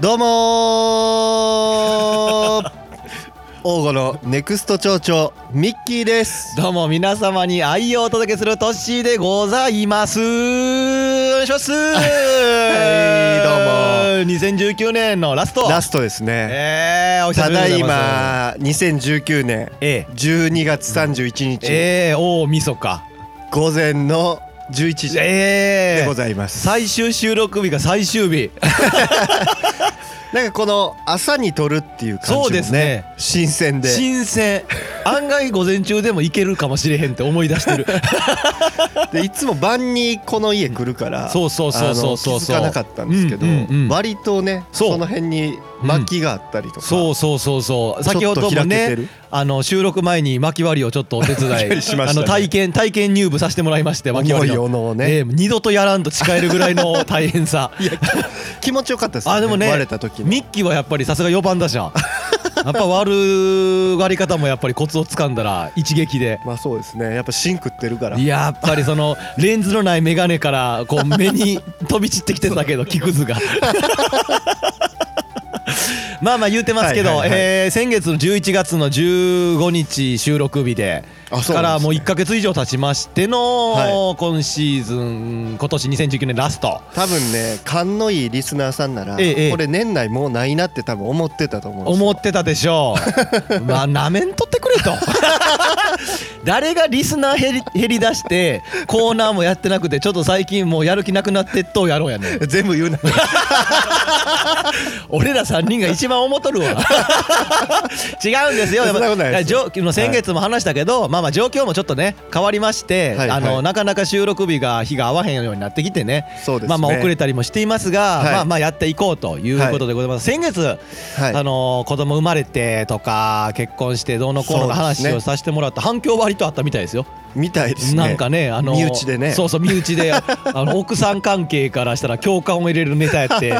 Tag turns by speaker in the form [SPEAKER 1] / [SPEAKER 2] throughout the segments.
[SPEAKER 1] どうもー王吾のネクスト町長ミッキーです
[SPEAKER 2] どうも皆様に愛をお届けするトッシーでございますお願いします
[SPEAKER 1] はい
[SPEAKER 2] どうも2019年のラスト
[SPEAKER 1] ラストですね、
[SPEAKER 2] えー、お久したぶり
[SPEAKER 1] だ
[SPEAKER 2] で
[SPEAKER 1] い
[SPEAKER 2] ござます
[SPEAKER 1] ま2019年
[SPEAKER 2] え
[SPEAKER 1] 12月31
[SPEAKER 2] え
[SPEAKER 1] 日、
[SPEAKER 2] ええ大晦日
[SPEAKER 1] 午前の11時で
[SPEAKER 2] ええ
[SPEAKER 1] ございます、
[SPEAKER 2] 最終収録日が最終日
[SPEAKER 1] なんかこの朝に撮るっていう感じも、ね、
[SPEAKER 2] そうですね
[SPEAKER 1] 新鮮で
[SPEAKER 2] 新鮮案外午前中でもいけるかもしれへんって思い出してる
[SPEAKER 1] でいつも晩にこの家来るから
[SPEAKER 2] そうそうそうそうそう
[SPEAKER 1] あの気づかなかったんですけど、
[SPEAKER 2] うんうんうん
[SPEAKER 1] 割とね
[SPEAKER 2] そう
[SPEAKER 1] その辺に薪があったりとか、
[SPEAKER 2] そうそうそうそう先ほども
[SPEAKER 1] ちょっと開けて
[SPEAKER 2] ね
[SPEAKER 1] る
[SPEAKER 2] あの収録前に薪割りをちょっとお手伝い
[SPEAKER 1] しま
[SPEAKER 2] あ
[SPEAKER 1] したね
[SPEAKER 2] の体験体験入部させてもらいまして薪割り
[SPEAKER 1] 重い斧をね
[SPEAKER 2] ええ二度とやらんと誓えるぐらいの大変 さ
[SPEAKER 1] 気持ちよかったですよね
[SPEAKER 2] あでもね
[SPEAKER 1] 割れた時の
[SPEAKER 2] ミッキーはやっぱりさすが4番だじゃんやっぱ割る割り方もやっぱりコツをつかんだら一撃で
[SPEAKER 1] まあそうですねやっぱ芯食ってるから
[SPEAKER 2] やっぱりそ のレンズのない眼鏡からこう目に飛び散ってきてたけど木くず が。まあまあ言うてますけど、
[SPEAKER 1] はいはいはい
[SPEAKER 2] えー先月の11月の15日収録日で
[SPEAKER 1] あそう
[SPEAKER 2] か
[SPEAKER 1] な
[SPEAKER 2] ら
[SPEAKER 1] んですね
[SPEAKER 2] もう1か月以上経ちまして
[SPEAKER 1] は
[SPEAKER 2] の今シーズン今年2019年ラスト
[SPEAKER 1] 多分ね勘のいいリスナーさんなら、
[SPEAKER 2] ええええ
[SPEAKER 1] これ年内もうないなって多分思ってたと思うんですよ
[SPEAKER 2] 思ってたでしょ うまあなめんとってくれと 誰がリスナー減り減り出してコーナーもやってなくてちょっと最近もうやる気なくなってっとうやろうやねん
[SPEAKER 1] 全部言うな
[SPEAKER 2] 俺ら3人が一番思っと るわ違うんですよ
[SPEAKER 1] そんなことないです
[SPEAKER 2] やっぱ状先月も話したけど、まあまあ状況もちょっとね変わりまして、
[SPEAKER 1] はい
[SPEAKER 2] あ
[SPEAKER 1] は
[SPEAKER 2] の
[SPEAKER 1] い
[SPEAKER 2] なかなか収録日が日が合わへんようになってきてね
[SPEAKER 1] そうですね
[SPEAKER 2] まあまあ遅れたりもしていますが、
[SPEAKER 1] はい
[SPEAKER 2] まあまあやっていこうということでございます、先月、
[SPEAKER 1] はい
[SPEAKER 2] あの子供生まれてとか結婚してどうのこうのの
[SPEAKER 1] そうで
[SPEAKER 2] 話
[SPEAKER 1] すね
[SPEAKER 2] をさせてもらった反響割とあったみたいですよ
[SPEAKER 1] みたいですね
[SPEAKER 2] なんかね、あの
[SPEAKER 1] 身内でね
[SPEAKER 2] そうそう身内で、あ の奥さん関係からしたら共感を入れるネタやって、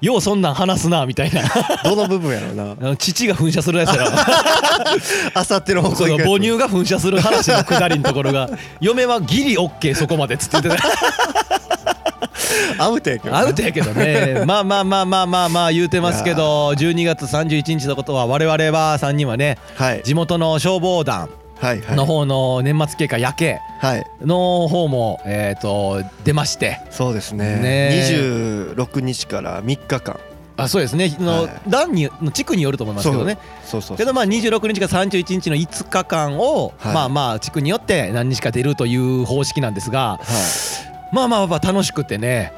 [SPEAKER 2] ようそんなん話すなみた いな。
[SPEAKER 1] どの部分やろ うな
[SPEAKER 2] あの父が噴射するやつや ら
[SPEAKER 1] あさっての方
[SPEAKER 2] そ
[SPEAKER 1] 向
[SPEAKER 2] の
[SPEAKER 1] 行くやつ
[SPEAKER 2] 母乳が噴射する話のくだりのところが嫁はギリオッケーそこまでっつって 言ってた
[SPEAKER 1] アウトやけどな
[SPEAKER 2] アウトやけどねまあまあまあまあまあまあ言うてますけど12月31日のことは我々は3人はね
[SPEAKER 1] はい
[SPEAKER 2] 地元の消防団
[SPEAKER 1] はいはい
[SPEAKER 2] の方の年末経過夜景
[SPEAKER 1] はい
[SPEAKER 2] の方もえーと出まして
[SPEAKER 1] そうですね
[SPEAKER 2] ね
[SPEAKER 1] 26日から3日間
[SPEAKER 2] あそうですね、の
[SPEAKER 1] はい
[SPEAKER 2] 段にの地区によると思いますけどね
[SPEAKER 1] そうそうそう
[SPEAKER 2] けどまあ26日から31日の5日間を、
[SPEAKER 1] はい
[SPEAKER 2] まあまあ地区によって何日か出るという方式なんですが
[SPEAKER 1] は
[SPEAKER 2] まあまあまあ楽しくて ね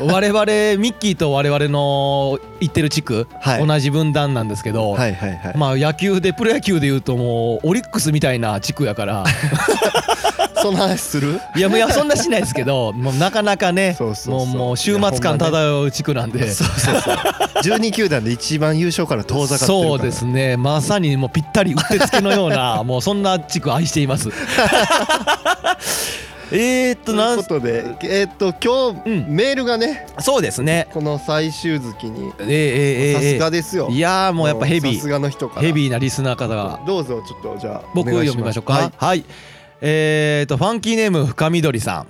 [SPEAKER 2] 我々ミッキーと我々の行ってる地区、
[SPEAKER 1] はい
[SPEAKER 2] 同じ分断なんですけど、
[SPEAKER 1] いはいはいはい
[SPEAKER 2] まあ野球でプロ野球でいうともうオリックスみたいな地区やから
[SPEAKER 1] その話す る
[SPEAKER 2] いやもういやそんなしないですけどもうなかなかね
[SPEAKER 1] そうそうそう
[SPEAKER 2] もうもう週末感漂う地区なんで。
[SPEAKER 1] そうそう そう12球団で一番優勝から遠ざかってるから
[SPEAKER 2] そうですねまさにもうぴったりうってつけのような もうそんな地区愛しています えーっと
[SPEAKER 1] と
[SPEAKER 2] ない
[SPEAKER 1] うんことでえーっと今日、
[SPEAKER 2] うん
[SPEAKER 1] メールがね
[SPEAKER 2] そうですね
[SPEAKER 1] この最終月に
[SPEAKER 2] えー、えー、えー
[SPEAKER 1] さすが
[SPEAKER 2] で
[SPEAKER 1] ですよ
[SPEAKER 2] いやーもうやっぱヘビ
[SPEAKER 1] さす
[SPEAKER 2] ー
[SPEAKER 1] がの人から
[SPEAKER 2] ヘビーなリスナー方が
[SPEAKER 1] どうぞちょっとじゃあ
[SPEAKER 2] 僕
[SPEAKER 1] お願い
[SPEAKER 2] 読みましょうか
[SPEAKER 1] は
[SPEAKER 2] はいい、えーっとファンキーネーム深緑さん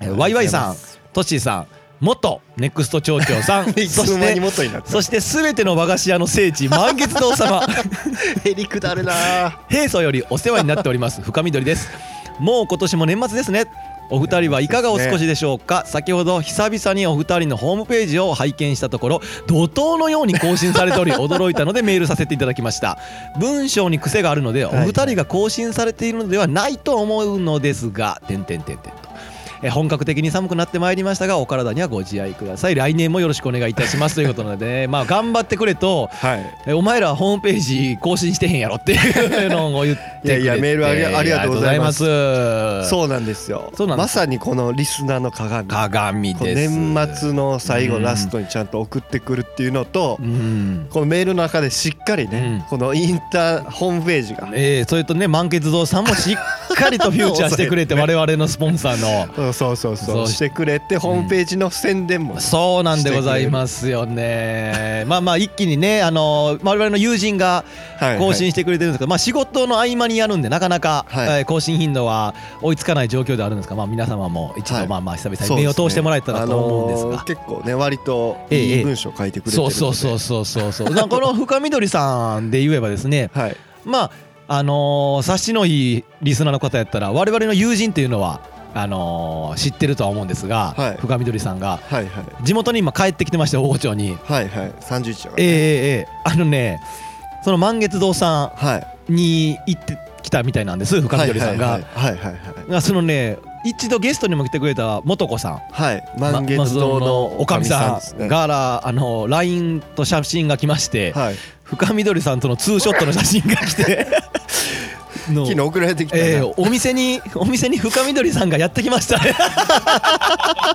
[SPEAKER 2] えーワイワイさ
[SPEAKER 1] ありがとうございま
[SPEAKER 2] ん
[SPEAKER 1] す
[SPEAKER 2] トッシーさん元ネクスト町長さんそ
[SPEAKER 1] いつの
[SPEAKER 2] し
[SPEAKER 1] 間に
[SPEAKER 2] て
[SPEAKER 1] 元になった
[SPEAKER 2] そして全ての和菓子屋の聖地満月堂様
[SPEAKER 1] へりくだるなあ
[SPEAKER 2] 平素よりお世話になっております 深緑ですもう今年も年末ですねお二人はいかがお過ごしでしょうか、先ほど久々にお二人のホームページを拝見したところ怒涛のように更新されて おり驚いたのでメールさせていただきました文章に癖があるのでお
[SPEAKER 1] はい
[SPEAKER 2] 二人が更新されているのではないと思うのですが、点点点点とえー本格的に寒くなってまいりましたがお体にはご自愛ください来年もよろしくお願いいたしますということなのでね、まあ頑張ってくれと
[SPEAKER 3] はい
[SPEAKER 2] えお前らホームページ更新してへんやろっていうのを言ってくれて
[SPEAKER 1] いやいやメールありありがとうございます
[SPEAKER 2] ありがとうございます
[SPEAKER 1] そうなんですよ
[SPEAKER 2] そうなんです
[SPEAKER 1] まさにこのリスナーの鏡
[SPEAKER 2] 鏡
[SPEAKER 1] こう
[SPEAKER 2] です
[SPEAKER 1] 年末の最後ラストにちゃんと送ってくるっていうのと、
[SPEAKER 2] うん
[SPEAKER 1] このメールの中でしっかりね、
[SPEAKER 2] うん
[SPEAKER 1] このインターホームページが、
[SPEAKER 2] ええそれとね満月堂さんもしっかりとフューチャーしてく れて我々のスポンサーの
[SPEAKER 1] うんそうそう
[SPEAKER 2] そ
[SPEAKER 1] そううしてくれてホームページの宣伝も、
[SPEAKER 2] そうなんでございますよね。まあまあ一気にねあの我々の友人が
[SPEAKER 1] はい
[SPEAKER 2] 更新してくれてるんですけど、まあ仕事の合間にやるんでなかなか、
[SPEAKER 1] はい
[SPEAKER 2] えー更新頻度は追いつかない状況ではあるんですが、まあ皆様も一
[SPEAKER 1] は
[SPEAKER 2] 度
[SPEAKER 1] い
[SPEAKER 2] まあまあ久々
[SPEAKER 1] そ
[SPEAKER 2] に
[SPEAKER 1] うです
[SPEAKER 2] 目
[SPEAKER 1] ね
[SPEAKER 2] を通してもらえたらと思うんです
[SPEAKER 1] あ
[SPEAKER 2] が
[SPEAKER 1] のー。結構ね割と
[SPEAKER 2] えええ
[SPEAKER 1] い
[SPEAKER 2] え
[SPEAKER 1] い文章書いてくれてる
[SPEAKER 2] そ
[SPEAKER 1] の
[SPEAKER 2] う
[SPEAKER 1] で
[SPEAKER 2] そうそうそうそうそう。だからこの深緑さんで言えばですね、
[SPEAKER 1] はい
[SPEAKER 2] まああのー察しのいいリスナーの方やったら我々の友人というのはあのー知ってるとは思うんですが、
[SPEAKER 1] はい
[SPEAKER 2] 深緑さんが
[SPEAKER 1] はいはい
[SPEAKER 2] 地元に今帰ってきてまして大御町に。
[SPEAKER 1] はいはい31だか
[SPEAKER 2] え
[SPEAKER 1] ら
[SPEAKER 2] えええええあのねその満月堂さ
[SPEAKER 1] はい
[SPEAKER 2] んに行ってきたみたいなんです深緑さん
[SPEAKER 1] は
[SPEAKER 2] が
[SPEAKER 1] い。はいはいはい
[SPEAKER 2] がそのね一度ゲストにも来てくれた元子さん
[SPEAKER 1] はい、はい、満月堂の
[SPEAKER 2] お
[SPEAKER 1] お
[SPEAKER 2] か
[SPEAKER 1] か
[SPEAKER 2] み
[SPEAKER 1] みさ
[SPEAKER 2] さ
[SPEAKER 1] んです
[SPEAKER 2] ん
[SPEAKER 1] ね
[SPEAKER 2] からあの LINE と写真が来まして
[SPEAKER 1] はい
[SPEAKER 2] 深緑さんとのツーショットの写真が来ての
[SPEAKER 1] 昨日送られてきたな、
[SPEAKER 2] えーお店にお店に深緑さんがやってきましたね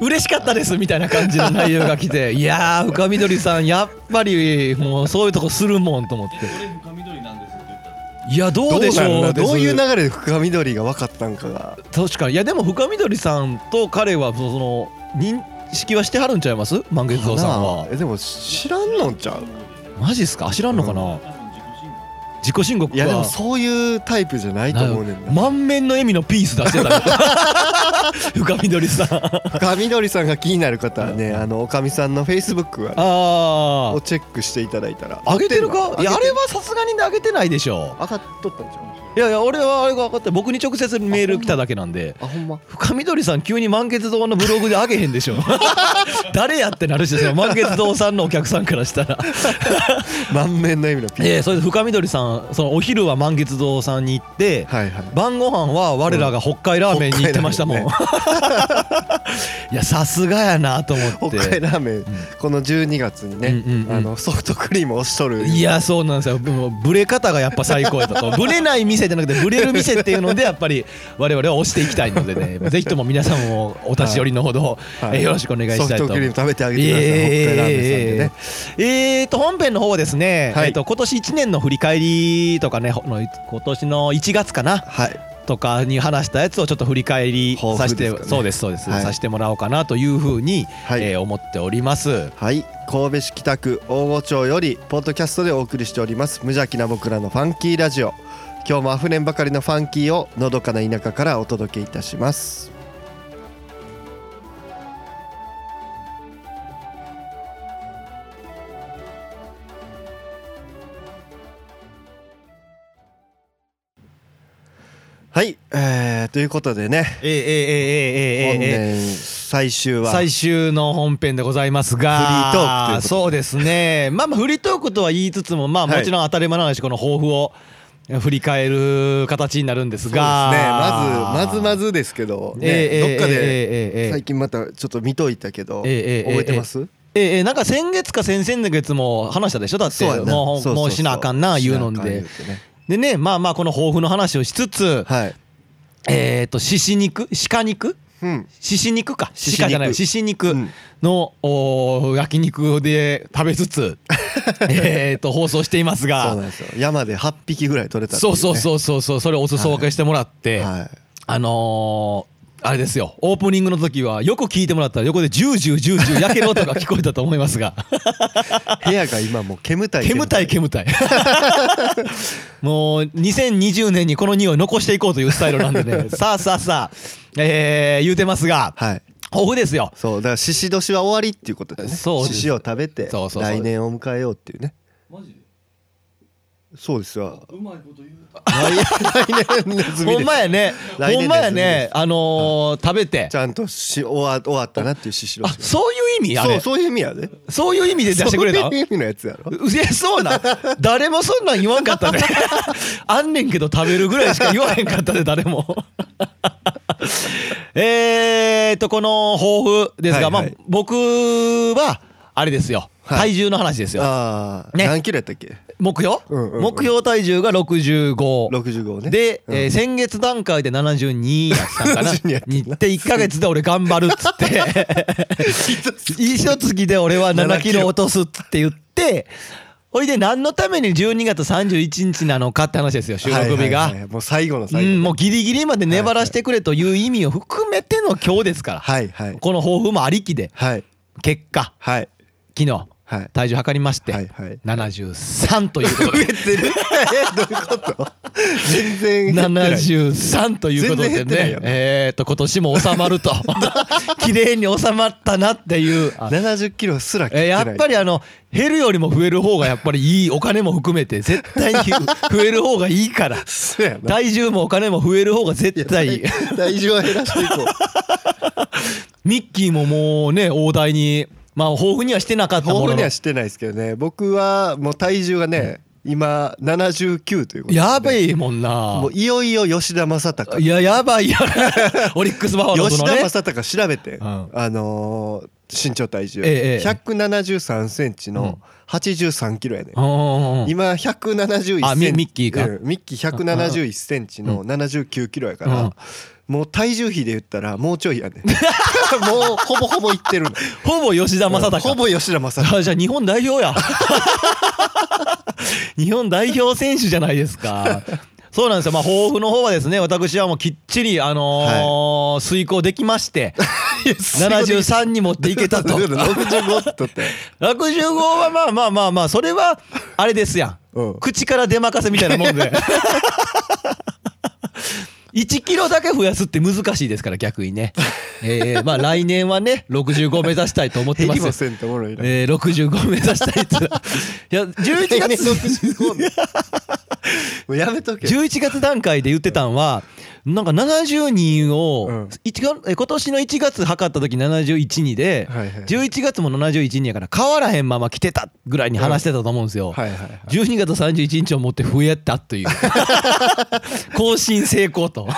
[SPEAKER 2] 嬉しかったですみたいな感じの内容が来ていやー深緑さんやっぱりもうそういうとこするもんと思っていやどうでし
[SPEAKER 1] なん
[SPEAKER 2] ょ
[SPEAKER 1] だ
[SPEAKER 2] う
[SPEAKER 1] どういう
[SPEAKER 2] です
[SPEAKER 1] 流れで深緑が分かったんかが
[SPEAKER 2] 確かにいやでも深緑さんと彼はその認識はしてはるんちゃいます満月堂さん
[SPEAKER 1] か
[SPEAKER 2] は
[SPEAKER 1] なえでも知らんのんちゃう
[SPEAKER 2] マジっすか知らんのかな、自己申告はい
[SPEAKER 1] やでもそういうタイプじゃないと思うねんな
[SPEAKER 2] 満面の笑みのピース出して たの深緑さん
[SPEAKER 1] 深緑さんが気になる方はねあのおかみさんのフェイスブックが
[SPEAKER 2] あ
[SPEAKER 1] をチェックしていただいたら
[SPEAKER 2] あ上げてるかいやあ
[SPEAKER 1] れ
[SPEAKER 2] れはさすがに上げてないでしょ
[SPEAKER 1] 上がっとったんちゃう
[SPEAKER 2] いやいや俺はあれが分かって僕に直接メール来ただけなんで
[SPEAKER 1] あほんま
[SPEAKER 2] 深緑さん急に満月堂のブログで上げへん でしょ誰やってなるしその満月堂さんのお客さんから したら
[SPEAKER 1] 満面の笑みのピー
[SPEAKER 2] ええそれで深緑さんそのお昼は満月堂さんに行って
[SPEAKER 1] はいはい
[SPEAKER 2] 晩ご飯は我らが北海ラーメンに行ってましたもん、
[SPEAKER 1] うん
[SPEAKER 2] いやさすがやなと思っ
[SPEAKER 1] 北海
[SPEAKER 2] て
[SPEAKER 1] ラーメンこの12月にね
[SPEAKER 2] うんうんうん
[SPEAKER 1] あのソフトクリームをしとる
[SPEAKER 2] いやそうなんですよもうブレ方がやっぱ最高や ったとブレない店じゃなくてブレる店っていうのでやっぱり我々は推していきたいのでねぜひとも皆さんもお立ち寄りのほど、
[SPEAKER 1] はい
[SPEAKER 2] えよろしくお願いしたいと
[SPEAKER 1] ソフトクリーム食べてあげてください北海ラーメンさんでね
[SPEAKER 2] えーえーと本編の方はですね、
[SPEAKER 1] はい
[SPEAKER 2] えー、と今年1年の振り返りとかねほの今年の1月かな
[SPEAKER 1] はい
[SPEAKER 2] とかに話したやつをちょっと振り返り
[SPEAKER 1] 抱負
[SPEAKER 2] させて、
[SPEAKER 1] ですかね
[SPEAKER 2] そうですそうです、
[SPEAKER 1] はい
[SPEAKER 2] させてもらおうかなというふうに、
[SPEAKER 1] はい
[SPEAKER 2] えー思っております。
[SPEAKER 1] はい神戸市北区大御町よりポッドキャストでお送りしております無邪気な僕らのファンキーラジオ今日もあふれんばかりのファンキーをのどかな田舎からお届けいたしますはい、えー、ということでね、
[SPEAKER 2] えーえーえーえーえーえー
[SPEAKER 1] 本年最終は
[SPEAKER 2] 最終の本編でございますが
[SPEAKER 1] フリートークということで
[SPEAKER 2] そうですね まあまあフリートークとは言いつつもまあ
[SPEAKER 1] はい
[SPEAKER 2] もちろん当たり前の話この抱負を振り返る形になるんです
[SPEAKER 1] そうですね
[SPEAKER 2] が
[SPEAKER 1] まずまずま
[SPEAKER 2] ず
[SPEAKER 1] ずですけど、
[SPEAKER 2] えー
[SPEAKER 1] ね
[SPEAKER 2] えー
[SPEAKER 1] どっかで
[SPEAKER 2] えーえーえーえー
[SPEAKER 1] 最近またちょっと見といたけど、
[SPEAKER 2] ええええ
[SPEAKER 1] 覚えてます、
[SPEAKER 2] えーえーなんか先月か先々月も話したでしょだって
[SPEAKER 1] そうやな
[SPEAKER 2] もう
[SPEAKER 1] そそ
[SPEAKER 2] もうしなあかんな言うのん
[SPEAKER 1] しなあかん言
[SPEAKER 2] で
[SPEAKER 1] うてね
[SPEAKER 2] でねまあまあこの抱負の話をしつつ
[SPEAKER 1] はい、
[SPEAKER 2] えっと獅子肉鹿肉
[SPEAKER 1] うん、
[SPEAKER 2] 獅子肉か
[SPEAKER 1] 獅子肉
[SPEAKER 2] 鹿じゃない獅子肉
[SPEAKER 1] うん
[SPEAKER 2] の、おー焼肉で食べつ つえーと放送しています
[SPEAKER 1] そうなん
[SPEAKER 2] が
[SPEAKER 1] ですよ山で8匹ぐらい取れたってい
[SPEAKER 2] そうそう
[SPEAKER 1] う
[SPEAKER 2] そうそうそうそれをお裾分けしてもらって、
[SPEAKER 1] ねはい
[SPEAKER 2] あのーあれですよオープニングの時はよく聞いてもらったら横でジュージュージュージュー焼ける音が聞こえたと思いますが
[SPEAKER 1] 部屋が今もう煙たい
[SPEAKER 2] 煙たい煙 たいもう2020年にこの匂い残していこうというスタイルなんで ねさあさあさあ、えー言うてますが
[SPEAKER 1] はい
[SPEAKER 2] 豊富ですよ
[SPEAKER 1] そうだから獅子年は終わりっていうことでね
[SPEAKER 2] そうです
[SPEAKER 1] 獅子を食べて
[SPEAKER 2] そうそうそう
[SPEAKER 1] 来年を迎えようっていうね
[SPEAKER 4] マジで
[SPEAKER 1] そうですよ
[SPEAKER 4] うまいこと言うた
[SPEAKER 1] 来来年ネズミ
[SPEAKER 2] ほ
[SPEAKER 1] で
[SPEAKER 2] んまやね
[SPEAKER 1] 来年です
[SPEAKER 2] ほんまやねあのー食べて
[SPEAKER 1] ちゃんとし終わ終わったなっていう獅子
[SPEAKER 2] あ
[SPEAKER 1] 年
[SPEAKER 2] そういう意味あ
[SPEAKER 1] そう
[SPEAKER 2] れ
[SPEAKER 1] そういう意味やで
[SPEAKER 2] そういう意味で 出してくれた
[SPEAKER 1] そういう意味のやつやろ
[SPEAKER 2] いやそうなん誰もそんなん言わんかっ たね あんねんけど食べるぐらいしか言わへんかったで誰もえーっとこの抱負ですが、
[SPEAKER 1] はいは
[SPEAKER 2] ま
[SPEAKER 1] い
[SPEAKER 2] あ僕はあれですよ、
[SPEAKER 1] はい
[SPEAKER 2] 体重の話ですよ
[SPEAKER 1] ああ、
[SPEAKER 2] ね
[SPEAKER 1] 何キロやったっけ
[SPEAKER 2] 目標、
[SPEAKER 1] うんうんうん
[SPEAKER 2] 目標体重が65
[SPEAKER 1] ?65 ね。
[SPEAKER 2] で、
[SPEAKER 1] うん
[SPEAKER 2] えー先月段階で72やったんかな
[SPEAKER 1] 72やったな
[SPEAKER 2] にって1ヶ月で俺頑張るっつって 一月で俺は7キロ落とすって言ってほいで何のために12月31日なのかって話ですよ収録日
[SPEAKER 1] はい
[SPEAKER 2] が
[SPEAKER 1] はい。はいもう最後の
[SPEAKER 2] う
[SPEAKER 1] 最後。
[SPEAKER 2] ん、もうギリギリまで粘らせてくれという意味を含めての今日ですから、
[SPEAKER 1] はいはい。
[SPEAKER 2] この抱負もありきで
[SPEAKER 1] はい。
[SPEAKER 2] 結果
[SPEAKER 1] はい。
[SPEAKER 2] 昨日
[SPEAKER 1] はい。
[SPEAKER 2] 体重測りまして、
[SPEAKER 1] はいはい。
[SPEAKER 2] 73ということ
[SPEAKER 1] 増え
[SPEAKER 2] で
[SPEAKER 1] てる。えどういうこと全然減ってない。
[SPEAKER 2] 73ということで
[SPEAKER 1] 全然減ってない
[SPEAKER 2] ね
[SPEAKER 1] よ
[SPEAKER 2] えー、と今年も収まる と綺麗に収まったなっていう。あ
[SPEAKER 1] 70キロすら切って
[SPEAKER 2] えー
[SPEAKER 1] ない。
[SPEAKER 2] やっぱりあの減るよりも増える方がやっぱりいいお金も含めて絶対に 増える方がいいから
[SPEAKER 1] そうやな。
[SPEAKER 2] 体重もお金も増える方が絶対いい
[SPEAKER 1] 体重は減らしてい こう。
[SPEAKER 2] ミッキーももうね大台にまあ豊富にはしてなかったも
[SPEAKER 1] 豊
[SPEAKER 2] のの
[SPEAKER 1] 富にはしてないですけどね僕はもう体重がね今79ということで
[SPEAKER 2] やばいもんな
[SPEAKER 1] もういよいよ吉田正尚
[SPEAKER 2] いややばいや オリックス・バファローズ
[SPEAKER 1] 吉
[SPEAKER 2] の
[SPEAKER 1] 田
[SPEAKER 2] ね
[SPEAKER 1] 正尚調べて、
[SPEAKER 2] ん
[SPEAKER 1] あのー身長体重、
[SPEAKER 2] ええええ
[SPEAKER 1] 173センチの83キロやね、
[SPEAKER 2] うんうんうん
[SPEAKER 1] 今171センチ
[SPEAKER 2] あミミッキーか
[SPEAKER 1] うんミッキー171センチの79キロやから、
[SPEAKER 2] うん
[SPEAKER 1] もう体重比で言ったらもうちょいや ねもうほぼほぼいってるの
[SPEAKER 2] ほぼ吉田正尚
[SPEAKER 1] ほぼ吉田 正尚
[SPEAKER 2] あじゃあ日本代表や日本代表選手じゃないですかそうなんですよまあ抱負の方はですね私はもうきっちりあのー遂行できまして73に持っていけた と
[SPEAKER 1] 65ってとって
[SPEAKER 2] 65はまあまあまあまあそれはあれですやん、
[SPEAKER 1] うん
[SPEAKER 2] 口から出まかせみたいなもんで1キロだけ増やすって難しいですから逆にねえーまあ来年はね65目指した いと思って
[SPEAKER 1] 減
[SPEAKER 2] ま
[SPEAKER 1] り
[SPEAKER 2] す
[SPEAKER 1] もせんとおも ろいな
[SPEAKER 2] えー、65目指したい って いや11
[SPEAKER 1] 平年
[SPEAKER 2] 月
[SPEAKER 1] もうやめと け。
[SPEAKER 2] 11月段階で言ってたんはなんか72
[SPEAKER 1] う
[SPEAKER 2] を
[SPEAKER 1] ん
[SPEAKER 2] 一月え今年の1月測った時712で
[SPEAKER 1] はいはい
[SPEAKER 2] 11月も712やから変わらへんまま来てたぐらいに話してたと思うんですよ。
[SPEAKER 1] はいはいはい。
[SPEAKER 2] 12月31日をもって増えた という更新成功と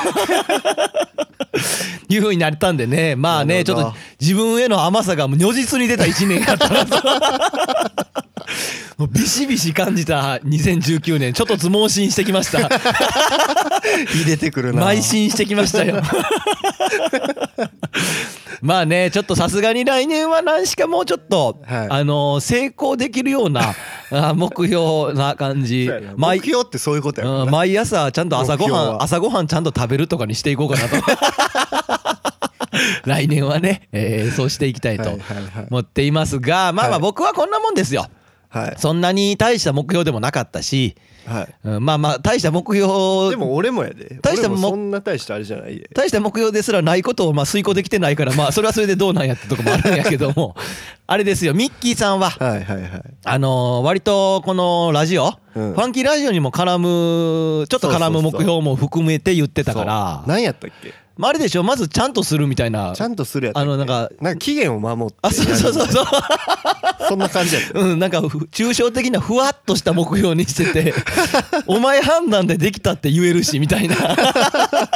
[SPEAKER 2] いうふうになったんでねまあね
[SPEAKER 1] な
[SPEAKER 2] ち
[SPEAKER 1] る
[SPEAKER 2] ょ
[SPEAKER 1] ほ
[SPEAKER 2] っ
[SPEAKER 1] ど
[SPEAKER 2] と自分への甘さがもう如実に出た1年やったなと もうビシビシ感じた2019年ちょっとず盲信してきま した
[SPEAKER 1] 入れてくるな。
[SPEAKER 2] 邁進してきましたよ まあねちょっとさすがに来年は何しかもうちょっと、
[SPEAKER 1] はい
[SPEAKER 2] あのー成功できるようなあー目標な感じ
[SPEAKER 1] そうやな目
[SPEAKER 2] 毎,、
[SPEAKER 1] 標ってそういうことやもん
[SPEAKER 2] うん、
[SPEAKER 1] な。
[SPEAKER 2] 毎朝ちゃんと朝ご
[SPEAKER 1] 目
[SPEAKER 2] は
[SPEAKER 1] 標
[SPEAKER 2] ん
[SPEAKER 1] は
[SPEAKER 2] 朝ごはんちゃんと食べるとかにしていこうかな と来年はね、えーそうしていきたい
[SPEAKER 1] は
[SPEAKER 2] と
[SPEAKER 1] いはいはい
[SPEAKER 2] 思っていますがまあま
[SPEAKER 1] は
[SPEAKER 2] あ
[SPEAKER 1] い
[SPEAKER 2] 僕はこんなもんですよ
[SPEAKER 1] はい
[SPEAKER 2] そんなに大した目標でもなかったし、
[SPEAKER 1] はい。
[SPEAKER 2] うん、まあまあ大した目標
[SPEAKER 1] でも俺もやで。
[SPEAKER 2] 大した
[SPEAKER 1] 俺
[SPEAKER 2] も
[SPEAKER 1] もそんな大したあれじゃないで。
[SPEAKER 2] 大した目標ですらないことをまあ遂行できてないからまあそれはそれでどうなんやってとこもあるんやけど もあれですよミッキーさんは
[SPEAKER 1] はいはいはい。
[SPEAKER 2] あのー割とこのラジオ、
[SPEAKER 1] うん
[SPEAKER 2] ファンキーラジオにも絡むちょっと絡む目標も含めて言ってたから
[SPEAKER 1] 何やったっけ
[SPEAKER 2] まあ、あれでしょまずちゃんとするみたいな
[SPEAKER 1] ちゃんとするやつ。
[SPEAKER 2] あのなんか
[SPEAKER 1] なんか期限を守って。
[SPEAKER 2] あそうそうそうそう
[SPEAKER 1] そんな感じやった。
[SPEAKER 2] うん、なんかふ抽象的なふわっとした目標にして てお前判断でできたって言えるしみたいな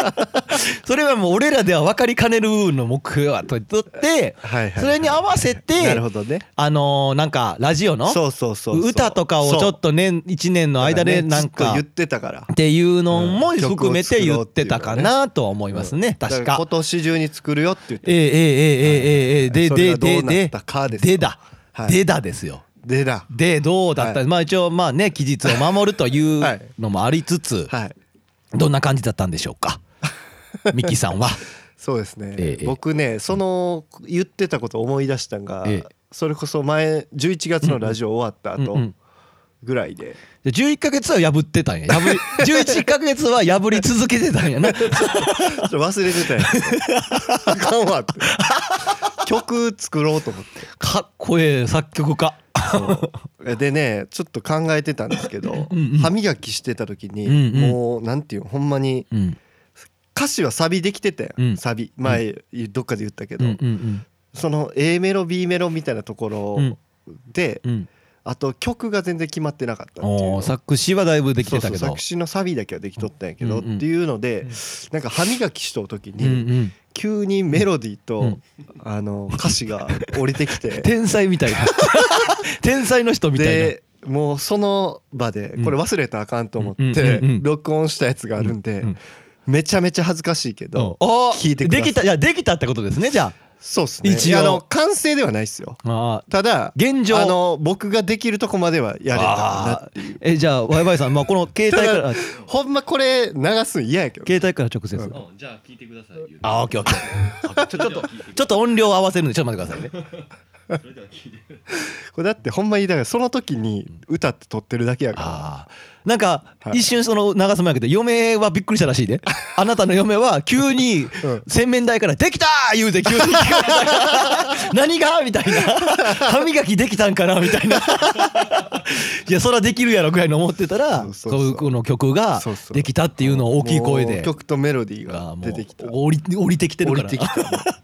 [SPEAKER 2] それはもう俺らでは分かりかねるの目標はととって
[SPEAKER 1] はいはいはい
[SPEAKER 2] それに合わせ
[SPEAKER 1] なる
[SPEAKER 2] て
[SPEAKER 1] ほどね。
[SPEAKER 2] あのーなんかラジオの
[SPEAKER 1] そうそうそうそう。
[SPEAKER 2] 歌とかをちょっと年1年の
[SPEAKER 1] と
[SPEAKER 2] 間でなん
[SPEAKER 1] ずっと
[SPEAKER 2] か
[SPEAKER 1] 言っ
[SPEAKER 2] って
[SPEAKER 1] たから。
[SPEAKER 2] ていうのも
[SPEAKER 1] うん
[SPEAKER 2] 含めて言ってたかなとは思いますね
[SPEAKER 1] だら
[SPEAKER 2] 確か
[SPEAKER 1] 今。年中に作るよって言って。
[SPEAKER 2] ええええええええええで
[SPEAKER 1] それ
[SPEAKER 2] で
[SPEAKER 1] がど
[SPEAKER 2] で
[SPEAKER 1] うな
[SPEAKER 2] で
[SPEAKER 1] ったかですよ
[SPEAKER 2] でだ
[SPEAKER 1] はい
[SPEAKER 2] でだですよ。
[SPEAKER 1] でだ。
[SPEAKER 2] でどうだった、
[SPEAKER 1] はい
[SPEAKER 2] まあ一応まあね期日を守るとい
[SPEAKER 1] は
[SPEAKER 2] う
[SPEAKER 1] い
[SPEAKER 2] のもありつつ、
[SPEAKER 1] はい。
[SPEAKER 2] どんな感じだったんでしょう かミキさんは
[SPEAKER 1] そうですね、
[SPEAKER 2] ええ
[SPEAKER 1] 僕ねその言ってたことを思い出したんが、
[SPEAKER 2] ええ
[SPEAKER 1] それこそ前11月のラジオ終わった
[SPEAKER 2] うんう
[SPEAKER 1] 後
[SPEAKER 2] ん
[SPEAKER 1] ぐらいで、
[SPEAKER 2] 11ヶ月は破ってたんや 破り11ヶ月は破り続けてたんやな
[SPEAKER 1] ちょっと忘れてたんやけどあかんわって曲作ろうと思っ
[SPEAKER 2] かっこええ作曲家
[SPEAKER 1] てでねちょっと考えてたんですけど
[SPEAKER 2] うんうん
[SPEAKER 1] 歯磨きしてた時に、
[SPEAKER 2] うんうん
[SPEAKER 1] もうなんていうのほんまに
[SPEAKER 2] うん
[SPEAKER 1] 歌詞はサビできてたよ、
[SPEAKER 2] うん
[SPEAKER 1] サビ前どっかで言ったけ
[SPEAKER 2] う
[SPEAKER 1] ど、
[SPEAKER 2] んうん
[SPEAKER 1] その A メロ B メロみたいなところで、
[SPEAKER 2] うん
[SPEAKER 1] あと曲が全然決まってなかったっていう
[SPEAKER 2] お
[SPEAKER 1] の
[SPEAKER 2] ー作詞はだいぶできてた
[SPEAKER 1] そう
[SPEAKER 2] け
[SPEAKER 1] そう
[SPEAKER 2] ど
[SPEAKER 1] 作詞のサビだけはできとったんやけど、
[SPEAKER 2] うんうんうん
[SPEAKER 1] っていうので、なんか歯磨きしとる時
[SPEAKER 2] うんう
[SPEAKER 1] に
[SPEAKER 2] ん
[SPEAKER 1] 急にメロディーと、
[SPEAKER 2] うん
[SPEAKER 1] あの歌詞が降りて きて
[SPEAKER 2] 天才みたい な天才の人みたいな
[SPEAKER 1] でもうその場で
[SPEAKER 2] うん
[SPEAKER 1] これ忘れたらあかんと思っ
[SPEAKER 2] うん
[SPEAKER 1] て
[SPEAKER 2] うんうんうん
[SPEAKER 1] 録音したやつがあるんで
[SPEAKER 2] うんうん
[SPEAKER 1] めちゃめちゃ恥ずかしいけ
[SPEAKER 2] お
[SPEAKER 1] ど
[SPEAKER 2] お
[SPEAKER 1] 聞いてください
[SPEAKER 2] できたいやできたってことですねじゃ
[SPEAKER 1] そうっすね
[SPEAKER 2] 一応
[SPEAKER 1] いやあの完成ではないっすよ
[SPEAKER 2] ああー
[SPEAKER 1] ただ
[SPEAKER 2] 現状
[SPEAKER 1] あの僕ができるとこまではやれたな
[SPEAKER 2] あーえじゃあワイワイさんまあこ の携帯か
[SPEAKER 1] た
[SPEAKER 2] ら
[SPEAKER 1] だほんまこれ流すん嫌やけど
[SPEAKER 2] 携帯から直接、
[SPEAKER 1] うん
[SPEAKER 3] うんじゃあ聞いてください。
[SPEAKER 2] あーオッケーオッケー
[SPEAKER 3] あ、ちょっと、
[SPEAKER 2] ちょっと音量合わせるんでちょっと待ってくださいね
[SPEAKER 3] それでは聞いてください。
[SPEAKER 1] これだってほんまにだからその時に歌って撮ってるだけやか
[SPEAKER 2] あーなんか
[SPEAKER 1] はい
[SPEAKER 2] 一瞬その長妻やけど嫁はびっくりしたらし いであなたの嫁は急に
[SPEAKER 1] うん
[SPEAKER 2] 洗面台から「できた!」言うて急に聞 かれたから何がみたいな歯磨きできたんかなみた いないやそらできるやろぐらいの思ってたら
[SPEAKER 1] そうそう
[SPEAKER 2] こ
[SPEAKER 1] そう
[SPEAKER 2] うこの曲が
[SPEAKER 1] そうそう
[SPEAKER 2] できたっていうのを
[SPEAKER 1] ら
[SPEAKER 2] 大きい声
[SPEAKER 1] も
[SPEAKER 2] で
[SPEAKER 1] う曲とメロディー
[SPEAKER 2] あーも
[SPEAKER 1] が
[SPEAKER 2] う
[SPEAKER 1] 出てきた
[SPEAKER 2] 降り降りてきてる
[SPEAKER 1] 降
[SPEAKER 2] か
[SPEAKER 1] り
[SPEAKER 2] ら
[SPEAKER 1] てきた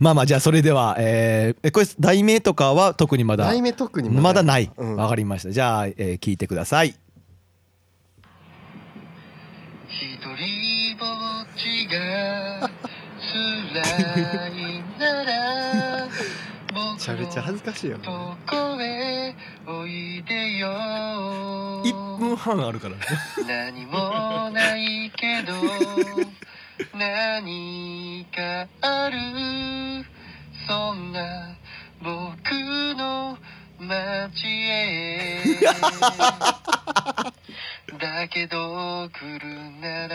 [SPEAKER 2] まあまあじゃあそれではえーえこれ題名とかは特にまだ
[SPEAKER 1] 題名特に
[SPEAKER 2] まだない。
[SPEAKER 1] うん
[SPEAKER 2] わかりました。じゃあ、えー聞いてください。
[SPEAKER 4] 一人ぼっちが辛いなら
[SPEAKER 1] めちゃめちゃ恥ずかしいよ
[SPEAKER 4] 僕のとこへおいでよ
[SPEAKER 2] 一分半あるから。
[SPEAKER 4] 何もないけど何かあるそんな僕の街へだけど来るな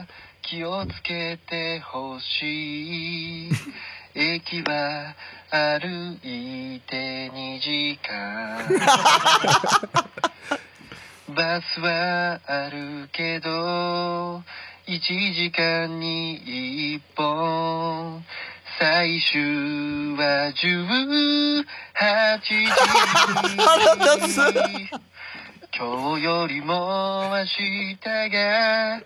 [SPEAKER 4] ら気をつけてほしい駅は歩いて2時間バスはあるけど、1時間に1本。最終は18
[SPEAKER 2] 腹立つ
[SPEAKER 4] 時。今日よりも明日が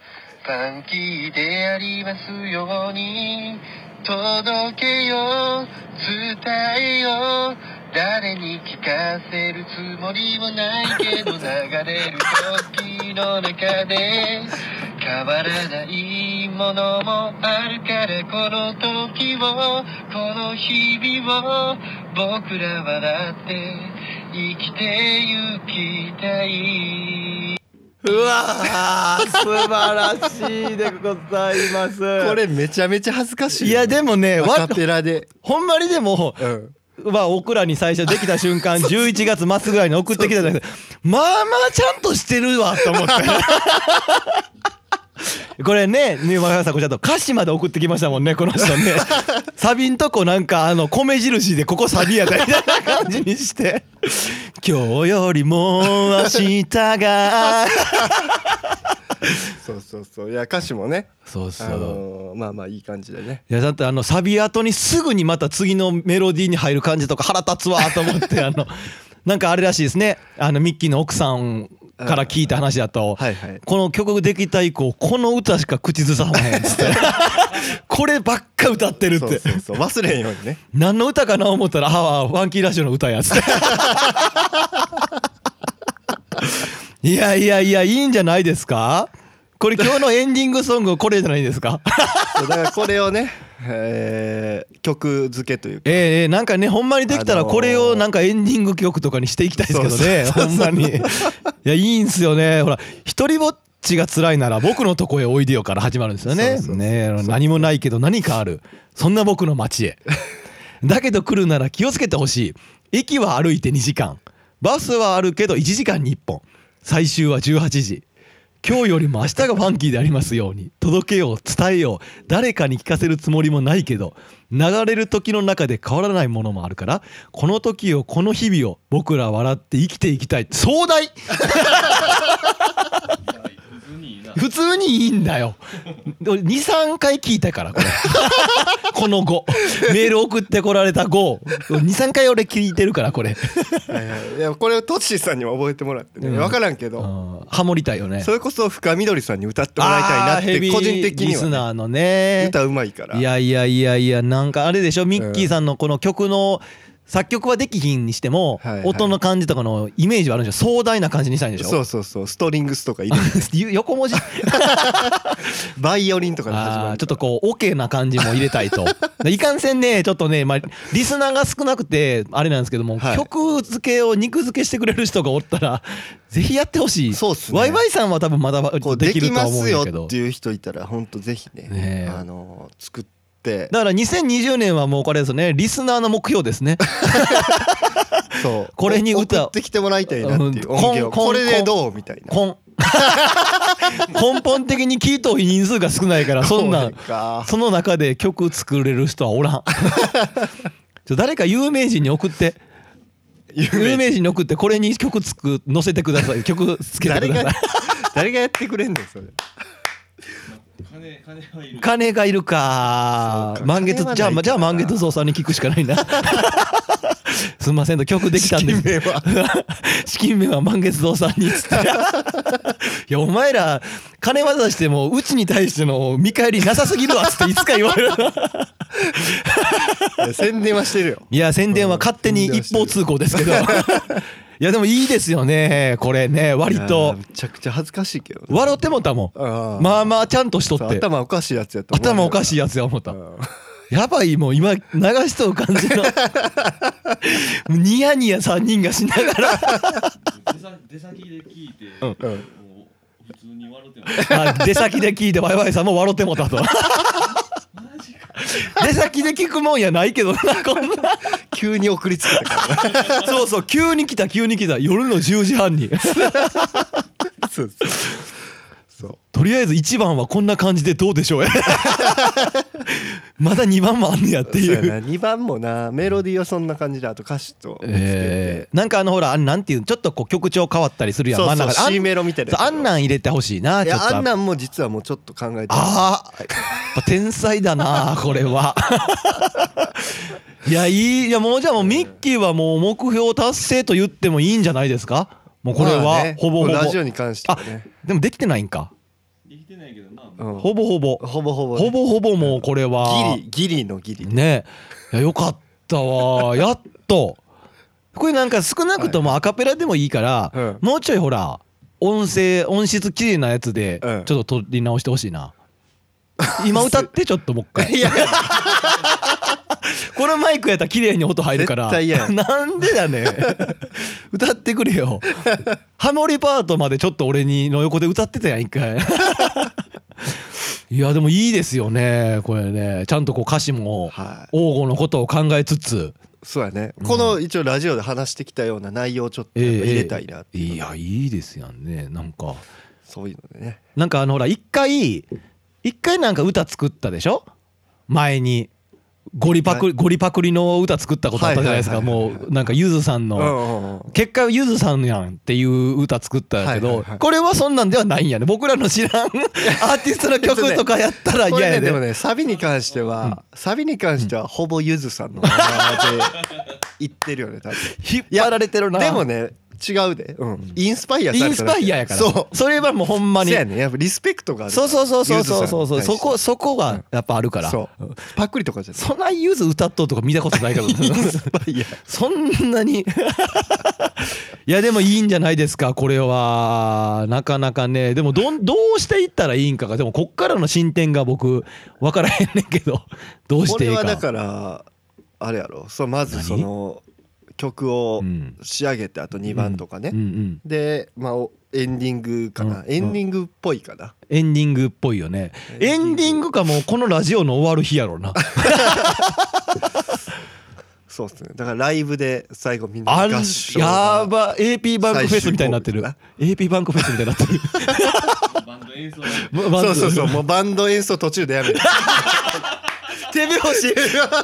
[SPEAKER 4] ファンキーでありますように届けよう伝えよう誰に聞かせるつもりもないけど流れる時の中で変わらないものもあるからこの時をこの日々を僕らはだって生きてゆきたいう
[SPEAKER 2] わー、素晴らしいでございます。
[SPEAKER 1] これめちゃめちゃ恥ずかしい
[SPEAKER 2] いや、でもね、
[SPEAKER 1] アカ
[SPEAKER 2] わ、
[SPEAKER 1] ペラで、
[SPEAKER 2] ほんまにでも、
[SPEAKER 1] うん、
[SPEAKER 2] まあ、僕らに最初できた瞬間、11月末ぐらいに送ってきたんだけど、まあまあちゃんとしてるわ、と思って。これね、ね、わかさん、こちらと歌詞まで送ってきましたもんね、この人ね。サビんとこなんか、あの、米印でここサビやったみたいな感じにして。今日よりも明日が。
[SPEAKER 1] そうそうそういや歌詞もね
[SPEAKER 2] そうそ
[SPEAKER 1] あ
[SPEAKER 2] う。
[SPEAKER 1] のーまあまあいい感じでね
[SPEAKER 2] いやだってあのサビ後にすぐにまた次のメロディーに入る感じとか腹立つわと思ってあ のなんかあれらしいですねあのミッキーの奥さんから聞いた話だと、
[SPEAKER 1] はいはい
[SPEAKER 2] この曲できた以降この歌しか口ずさまへんっ つってこればっか歌ってるって
[SPEAKER 1] そうそうそう忘れんようにね
[SPEAKER 2] 何の歌かな思ったら「ああファンキーラジオの歌や」っつって いやいやいやいいんじゃないですかこれ今日のエンディングソングこれじゃないですか
[SPEAKER 1] そうだからこれをね、えー曲付けというか
[SPEAKER 2] ええええなんかねほんまにできたら
[SPEAKER 1] あのー
[SPEAKER 2] これをなんかエンディング曲とかにしていきたいですけどね
[SPEAKER 1] そうそうそう
[SPEAKER 2] ほんまにいやいいんすよねほら「一人ぼっちが辛いなら僕のとこへおいでよ」から始まるんですよね
[SPEAKER 1] そうそうそう
[SPEAKER 2] ねえあの何もないけど何かあるそんな僕の街 へだけど来るなら気をつけてほしい駅は歩いて2時間バスはあるけど1時間に1本最終は18時今日よりも明日がファンキーでありますように届けよう伝えよう誰かに聞かせるつもりもないけど流れる時の中で変わらないものもあるからこの時をこの日々を僕ら笑って生きていきたい壮大
[SPEAKER 3] 普通にいいな。
[SPEAKER 2] 普通にいいんだよ23回聞いたからこ れこの後メール送ってこられた523回俺聞いてるからこれ
[SPEAKER 1] はいはいいやこれをトッシーさんにも覚えてもらってね
[SPEAKER 2] うん
[SPEAKER 1] 分からんけ
[SPEAKER 2] う
[SPEAKER 1] ど、
[SPEAKER 2] んハモりたいよね
[SPEAKER 1] それこそ深緑さんに歌ってもらいたいなっ
[SPEAKER 2] あーヘ
[SPEAKER 1] て
[SPEAKER 2] ビー
[SPEAKER 1] 個人的
[SPEAKER 2] リ
[SPEAKER 1] に
[SPEAKER 2] ス
[SPEAKER 1] は
[SPEAKER 2] ナーのね
[SPEAKER 1] 歌うまいから
[SPEAKER 2] いやいやいやいやなんかあれでしょミッキーさんのこの曲の作曲はできひんにしても、
[SPEAKER 1] はいはい
[SPEAKER 2] 音の感じとかのイメージはあるんでしょ壮大な感じにしたいんでしょ
[SPEAKER 1] そうそうそうストリングスとか入れて
[SPEAKER 2] 横文字
[SPEAKER 1] バイオリンとかで始ま
[SPEAKER 2] あー
[SPEAKER 1] る
[SPEAKER 2] ちょっとこうオケな感じも入れたい とでいかんせんねちょっとね、まあ、リスナーが少なくてあれなんですけども、
[SPEAKER 1] はい
[SPEAKER 2] 曲付けを肉付けしてくれる人がおった らぜひやってほしい
[SPEAKER 1] そうっすね
[SPEAKER 2] ワイワイさんは多分まだ
[SPEAKER 1] こう
[SPEAKER 2] で
[SPEAKER 1] で
[SPEAKER 2] き
[SPEAKER 1] き
[SPEAKER 2] ると
[SPEAKER 1] ま
[SPEAKER 2] は思うん
[SPEAKER 1] す
[SPEAKER 2] だ
[SPEAKER 1] よ
[SPEAKER 2] けど
[SPEAKER 1] っていう人いたら本当ぜひね
[SPEAKER 2] ねえ
[SPEAKER 1] あのー作って
[SPEAKER 2] だから2020年はもうこれですねリスナーの目標 ですね
[SPEAKER 1] そう
[SPEAKER 2] これに歌を
[SPEAKER 1] 送ってきてもらいたいなっていう音源
[SPEAKER 2] うんこん
[SPEAKER 1] を
[SPEAKER 2] こん
[SPEAKER 1] これでどうみたいな
[SPEAKER 2] こん 根本的に聞いとい人数が少ないからそんな
[SPEAKER 1] そうんか
[SPEAKER 2] その中で曲作れる人はお らんちょ誰か有名人に送って有名人に送ってこれに曲つく載せてくだ さい曲つけてく
[SPEAKER 1] 誰
[SPEAKER 2] ださ
[SPEAKER 1] が
[SPEAKER 2] い
[SPEAKER 1] 誰がやってくれんねんそれ
[SPEAKER 3] 金、金はいる。
[SPEAKER 2] 金がいるか
[SPEAKER 1] そうか
[SPEAKER 2] 満月
[SPEAKER 1] 金はない
[SPEAKER 2] じゃ
[SPEAKER 1] か
[SPEAKER 2] あ
[SPEAKER 1] ら
[SPEAKER 2] じゃあ満月蔵さんに聞くしか ないなすんませんと曲できたんです
[SPEAKER 1] 金名は
[SPEAKER 2] 資金面は満月堂さんにっ つっていやお前ら金渡してもうちに対しての見返りなさすぎるわっつっていつか言わ れる
[SPEAKER 1] いや宣伝はしてるよ
[SPEAKER 2] いや宣伝は勝手に一方通行ですけど いやでもいいですよねこれね割
[SPEAKER 1] いやー
[SPEAKER 2] と
[SPEAKER 1] めちゃくちゃ恥ずかしいけどね
[SPEAKER 2] 笑ってもうたも
[SPEAKER 1] あ
[SPEAKER 2] んまあまあちゃんとしと
[SPEAKER 1] そう
[SPEAKER 2] って
[SPEAKER 1] 頭おかしいやつやと思う
[SPEAKER 2] 頭おかしい
[SPEAKER 1] い
[SPEAKER 2] やつや思ったやばいもう今流しとう感じの ニヤニヤ3人がしながら
[SPEAKER 3] 出さ出先で聞いて、
[SPEAKER 1] うん
[SPEAKER 3] もう普通に笑ってま す。
[SPEAKER 2] あ出先で聞いてワイワイさんも笑ってもうたと
[SPEAKER 3] マジか。
[SPEAKER 2] 出先で聞くもんやないけどなこんな
[SPEAKER 1] 急に送りつけたか
[SPEAKER 2] そうそう急に来た急に来た夜の10時半に
[SPEAKER 1] ら そうそう そう
[SPEAKER 2] とりあえず1番はこんな感じでどうで しょうまだ2番もあんねやってい
[SPEAKER 1] そう
[SPEAKER 2] う。
[SPEAKER 1] やな2番もなメロディーはそんな感じであと歌詞と
[SPEAKER 2] えーなんかあのほらあんなんていうちょっとこう曲調変わったりするやん
[SPEAKER 1] そう
[SPEAKER 2] 真ん
[SPEAKER 1] そう
[SPEAKER 2] 中であん
[SPEAKER 1] C メロみたいな
[SPEAKER 2] そうあんなん入れてほしいないちょっ
[SPEAKER 1] や
[SPEAKER 2] と
[SPEAKER 1] あんなんも実はもうちょっと考えてる
[SPEAKER 2] あーやっぱ天才だなこれは いやいいいやもうじゃあもうミッキーはもう目標達成と言ってもいいんじゃないですかもうこれ
[SPEAKER 1] まあ
[SPEAKER 2] は
[SPEAKER 1] ね
[SPEAKER 2] ほぼほぼ、
[SPEAKER 1] ラジオに関して
[SPEAKER 2] あ
[SPEAKER 1] はね
[SPEAKER 2] でもできてないんか
[SPEAKER 3] できてないけど、まあ、
[SPEAKER 1] うん
[SPEAKER 2] ほぼほぼ
[SPEAKER 1] ほぼほぼね
[SPEAKER 2] ほぼほぼもうこれは
[SPEAKER 1] ギリギリのギリ
[SPEAKER 2] ねいやよかった わやっとこれなんか少なくともアカペラでもいいから、
[SPEAKER 1] うん
[SPEAKER 2] もうちょいほら音声音質綺麗なやつでち
[SPEAKER 1] う
[SPEAKER 2] ょ
[SPEAKER 1] ん
[SPEAKER 2] っと取り直してほしいな、今歌ってちょっともう一 回 このマイクやったら綺麗に音入るから
[SPEAKER 1] 絶対嫌や
[SPEAKER 2] なんでだ ねん歌ってくれよハモリパートまでちょっと俺にの横で歌ってたやん一回いやでもいいですよねこれねちゃんとこう歌詞も
[SPEAKER 1] はい
[SPEAKER 2] 王吾のことを考えつつ、
[SPEAKER 1] そうやねこの一応ラジオで話してきたような内容をちょっとやっぱ入れたいなって
[SPEAKER 2] い
[SPEAKER 1] いう
[SPEAKER 2] やいいですよねなんか
[SPEAKER 1] そういうのでね
[SPEAKER 2] なんかあのほら一回一回なんか歌作ったでしょ前にゴリパクリ、ゴリパクリの歌作ったことあったじゃないですか、
[SPEAKER 1] はいはいはいはい
[SPEAKER 2] もうなんかゆずさん
[SPEAKER 1] う
[SPEAKER 2] の、
[SPEAKER 1] んうんうん
[SPEAKER 2] 結果ゆずさんやんっていう歌作ったけど、
[SPEAKER 1] はいはいはい
[SPEAKER 2] これはそんなんではないんやね僕らの知らん アーティストの曲とかやったら
[SPEAKER 1] こ
[SPEAKER 2] 嫌
[SPEAKER 1] れ
[SPEAKER 2] や
[SPEAKER 1] ね
[SPEAKER 2] で
[SPEAKER 1] でもねサビに関してはサビに関してはほぼゆずさんの名前で言ってるよね 多分
[SPEAKER 2] 引っ張られてるな
[SPEAKER 1] でもね違うでうんインスパイア
[SPEAKER 2] イ
[SPEAKER 1] され
[SPEAKER 2] ン
[SPEAKER 1] た
[SPEAKER 2] ス
[SPEAKER 1] だ
[SPEAKER 2] パ
[SPEAKER 1] け
[SPEAKER 2] イアやから
[SPEAKER 1] そう
[SPEAKER 2] それはもうほんま
[SPEAKER 1] そう
[SPEAKER 2] に
[SPEAKER 1] やねやっぱリスペクトがある
[SPEAKER 2] そうそうそうそうそうそうそう
[SPEAKER 1] ゆずさ
[SPEAKER 2] そ
[SPEAKER 1] んに対して
[SPEAKER 2] こそこがやっぱあるから
[SPEAKER 1] そうパクリとかじゃない
[SPEAKER 2] そんなゆず歌っとうとか見たことない から
[SPEAKER 1] いや
[SPEAKER 2] そんなに いやでもいいんじゃないですかこれはなかなかねでもどんどうしていったらいいんかがでもこっからの進展が僕分からへんねんけ どどうし
[SPEAKER 1] こ
[SPEAKER 2] て
[SPEAKER 1] れ
[SPEAKER 2] いい
[SPEAKER 1] は
[SPEAKER 2] か
[SPEAKER 1] だからあれやろそうまず
[SPEAKER 2] 何
[SPEAKER 1] その曲を
[SPEAKER 2] うん
[SPEAKER 1] 仕上げてあと2番とか
[SPEAKER 2] うんう
[SPEAKER 1] ね
[SPEAKER 2] ん、
[SPEAKER 1] でまあおエンディングか
[SPEAKER 2] う
[SPEAKER 1] なんエンディングっぽいかな
[SPEAKER 2] エンディングっぽいよねエ
[SPEAKER 1] エ
[SPEAKER 2] ン
[SPEAKER 1] ン
[SPEAKER 2] デ
[SPEAKER 1] デ
[SPEAKER 2] ィ
[SPEAKER 1] ィ
[SPEAKER 2] ン
[SPEAKER 1] ン
[SPEAKER 2] グかもうこのラジオの終わる日やろうな
[SPEAKER 1] そうっすねだからライブで最後みんな
[SPEAKER 2] あ
[SPEAKER 1] 合
[SPEAKER 2] る
[SPEAKER 1] 唱
[SPEAKER 2] やば AP バンクフェスみたいになってる
[SPEAKER 1] 最
[SPEAKER 2] AP バンクフェスみたいになっ てる
[SPEAKER 3] バンド演奏なんで
[SPEAKER 2] バンド
[SPEAKER 1] そうそうそうもうバンド演奏途中でやめる
[SPEAKER 2] 手拍子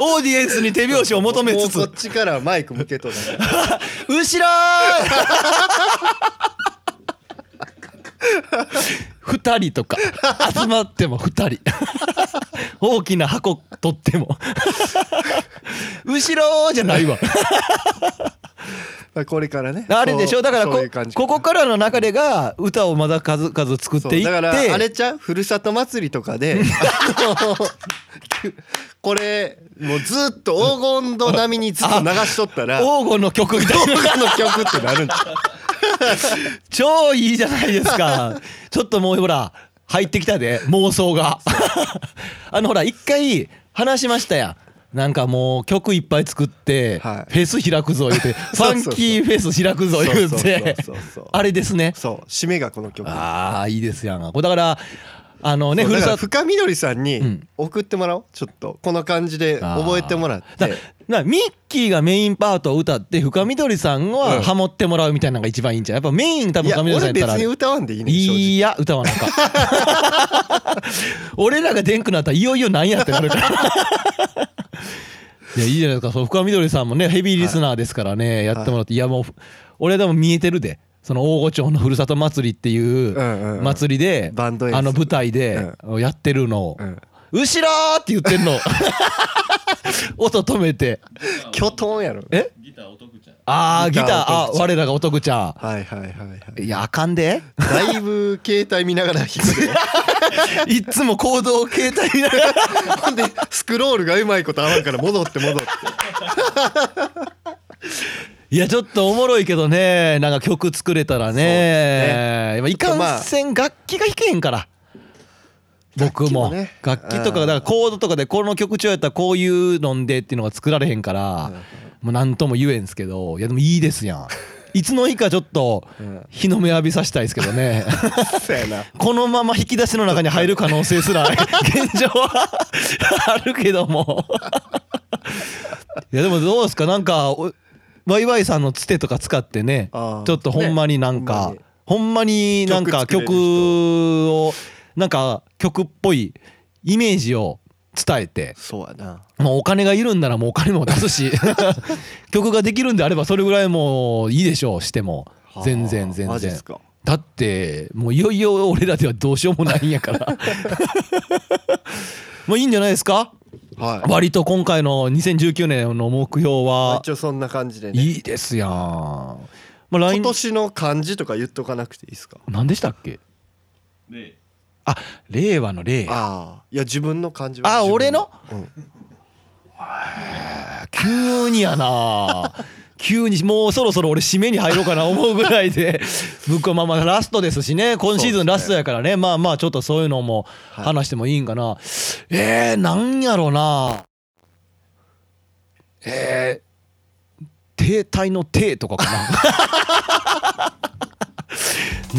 [SPEAKER 2] オーディエンスに手拍子を 求めつ
[SPEAKER 1] もう
[SPEAKER 2] つ
[SPEAKER 1] こっちからマイク向けとる
[SPEAKER 2] 後ろー 二人とか集まっても二人大きな箱取っても後ろーじゃないわ
[SPEAKER 1] まあこれからね
[SPEAKER 2] あれでしょだから
[SPEAKER 1] そう
[SPEAKER 2] こ
[SPEAKER 1] そういう感じ
[SPEAKER 2] ここからの流れが歌をまだ数々作ってい
[SPEAKER 1] そう
[SPEAKER 2] って
[SPEAKER 1] だからあれちゃうふるさと祭りとかであのこれもうずっと黄金の波にずっと流しとったら
[SPEAKER 2] 黄金の曲みたいな
[SPEAKER 1] 動画の曲ってなるんちゃう
[SPEAKER 2] 超いいじゃないです かちょっともうほら入ってきたで妄想が あのほら一回話しましたやんなんかもう曲いっぱい作ってフ
[SPEAKER 1] はい
[SPEAKER 2] ェス開くぞ言うてフ
[SPEAKER 1] そうそ
[SPEAKER 2] ァ
[SPEAKER 1] う
[SPEAKER 2] ンキーフェス開くぞ言うて
[SPEAKER 1] そうそうそうそう
[SPEAKER 2] あれですね
[SPEAKER 1] そう締めがこの曲
[SPEAKER 2] ああいいですやんこれだからあのね
[SPEAKER 1] そ
[SPEAKER 2] ふ
[SPEAKER 1] う
[SPEAKER 2] る
[SPEAKER 1] だから
[SPEAKER 2] さと
[SPEAKER 1] 深緑さん
[SPEAKER 2] う
[SPEAKER 1] に
[SPEAKER 2] ん
[SPEAKER 1] 送ってもらおうちょっとこの感じで覚えてもらっ
[SPEAKER 2] だ
[SPEAKER 1] て
[SPEAKER 2] なミッキーがメインパートを歌って深緑さん
[SPEAKER 1] う
[SPEAKER 2] は
[SPEAKER 1] ん
[SPEAKER 2] ハモってもらうみたいなのが一番いいんじゃうやっぱメイン多
[SPEAKER 1] い
[SPEAKER 2] 分
[SPEAKER 1] や
[SPEAKER 2] 深
[SPEAKER 1] 俺
[SPEAKER 2] 緑さん
[SPEAKER 1] 別
[SPEAKER 2] やったら
[SPEAKER 1] に歌わんでいいねん正直
[SPEAKER 2] いや歌わなあかん 俺らがでんくなったらいよいよなんやってなるから いやいいじゃないですかそう深みどりさんもねヘビーリスナーですからね、やってもらって、い、やもう俺でも見えてるでその大御町のふるさと祭りっていう
[SPEAKER 1] うんうんうん
[SPEAKER 2] 祭りで、
[SPEAKER 1] バンド演出
[SPEAKER 2] あの舞台でやってるのを、
[SPEAKER 1] うん
[SPEAKER 2] 後ろーって言ってん の音止めて
[SPEAKER 1] 巨トンやろ
[SPEAKER 2] え
[SPEAKER 3] ギターお得ちゃん。
[SPEAKER 2] あーギ
[SPEAKER 1] ギ
[SPEAKER 2] タ
[SPEAKER 1] タ
[SPEAKER 2] ー
[SPEAKER 1] ー
[SPEAKER 2] あ
[SPEAKER 1] お得ちゃん
[SPEAKER 2] 我らがお得ちゃ
[SPEAKER 1] はいはいはいはい
[SPEAKER 2] んいやあかん で
[SPEAKER 1] だいぶ携帯見ながら弾くで
[SPEAKER 2] いっつも行動を携帯ながら
[SPEAKER 1] ほんでスクロールがうまいこと合わんから戻って戻って
[SPEAKER 2] いやちょっとおもろいけどねなんか曲作れたらね今いかんせん楽器が弾けへんから僕も
[SPEAKER 1] 楽器もね
[SPEAKER 2] 楽器とかだからコードとかでこの曲調やったらこういうのんでっていうのが作られへんからもう何とも言えんすけどいやでもいいですやんいつの日かちょっと
[SPEAKER 1] うん
[SPEAKER 2] 日の目浴びさせたいですけどね
[SPEAKER 1] そうやな
[SPEAKER 2] このまま引き出しの中に入る可能性す ら現状はあるけどもいやでもどうですかなんかおワイワイさんのつてとか使ってね
[SPEAKER 1] あー
[SPEAKER 2] ちょっとほんまになんか、
[SPEAKER 1] ね
[SPEAKER 2] ほんまになんか曲
[SPEAKER 1] 曲作れる
[SPEAKER 2] をなんか曲っぽいイメージを伝えて
[SPEAKER 1] そうやな
[SPEAKER 2] もうお金がいるんならもうお金も出す し曲ができるんであればそれぐらいもういいでしょうしても全然全
[SPEAKER 1] マジっ
[SPEAKER 2] 然
[SPEAKER 1] すか
[SPEAKER 2] だってもういよいよ俺らではどうしようもないんやから もういいんじゃないですか
[SPEAKER 1] はい
[SPEAKER 2] 割と今回の2019年の目標
[SPEAKER 1] まあ
[SPEAKER 2] は
[SPEAKER 1] 一応そんな感じでね
[SPEAKER 2] いいですやん、まあ、来
[SPEAKER 1] 今
[SPEAKER 2] 年
[SPEAKER 1] 年の漢字とか言っとかなくていいですか
[SPEAKER 2] 何でしたっけ
[SPEAKER 3] で、
[SPEAKER 2] あ令和の令
[SPEAKER 1] ああいや自分の漢字
[SPEAKER 2] あ俺の、
[SPEAKER 1] うん
[SPEAKER 2] 急にやな急にもうそろそろ俺締めに入ろうかな思うぐらい で僕はまあまあラストですしね今シーズンラストやからねまあまあちょっとそういうのも
[SPEAKER 1] はい
[SPEAKER 2] 話してもいいんかな、えー、なんやろうなえー、停滞の停とかか な